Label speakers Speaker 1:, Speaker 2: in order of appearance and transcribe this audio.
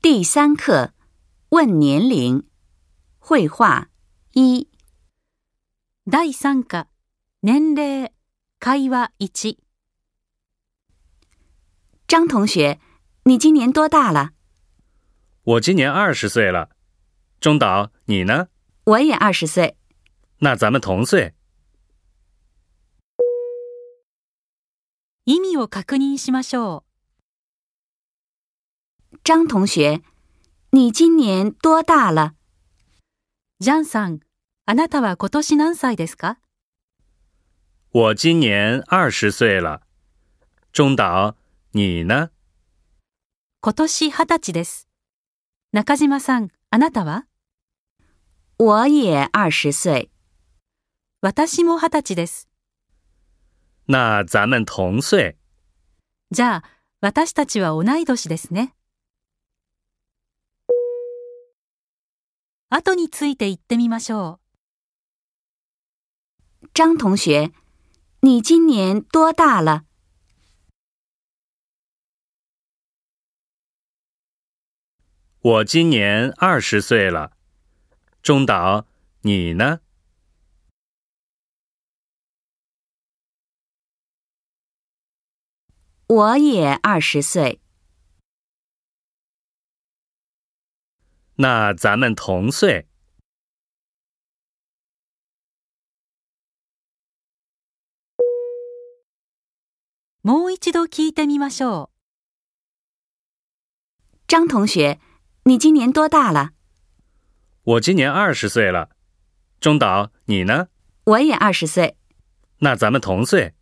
Speaker 1: 第三课，问年龄，绘画一。
Speaker 2: 第3課、年齢、会話1、
Speaker 1: 张同学，你今年多大了？
Speaker 3: 我今年二十岁了，中岛，你呢？
Speaker 1: 我也二十岁。
Speaker 3: 那咱们同岁。
Speaker 2: 意味を確認しましょ
Speaker 1: 张同学，你今年多大了？
Speaker 2: う。ジャンさん、あなたは今年何歳ですか
Speaker 3: 我今年二十岁了，中岛，你呢？
Speaker 2: 今年20歳です。中島さん、あなたは
Speaker 1: 我也二十岁。
Speaker 2: 私も20歳です。
Speaker 3: 那咱们同岁。
Speaker 2: じゃあ、私たちは同い年ですね。後について言ってみましょ
Speaker 1: 张同学，你今年多大了？
Speaker 3: 我今年二十岁了，中岛，你呢？
Speaker 1: 我也二十岁。
Speaker 3: 那咱们同岁。
Speaker 2: う。もう一度聞いてみましょう。
Speaker 1: 张同学，你今年多大了？
Speaker 3: 我今年二十岁了，中岛，你呢？
Speaker 1: 我也二十岁。
Speaker 3: 那咱们同岁。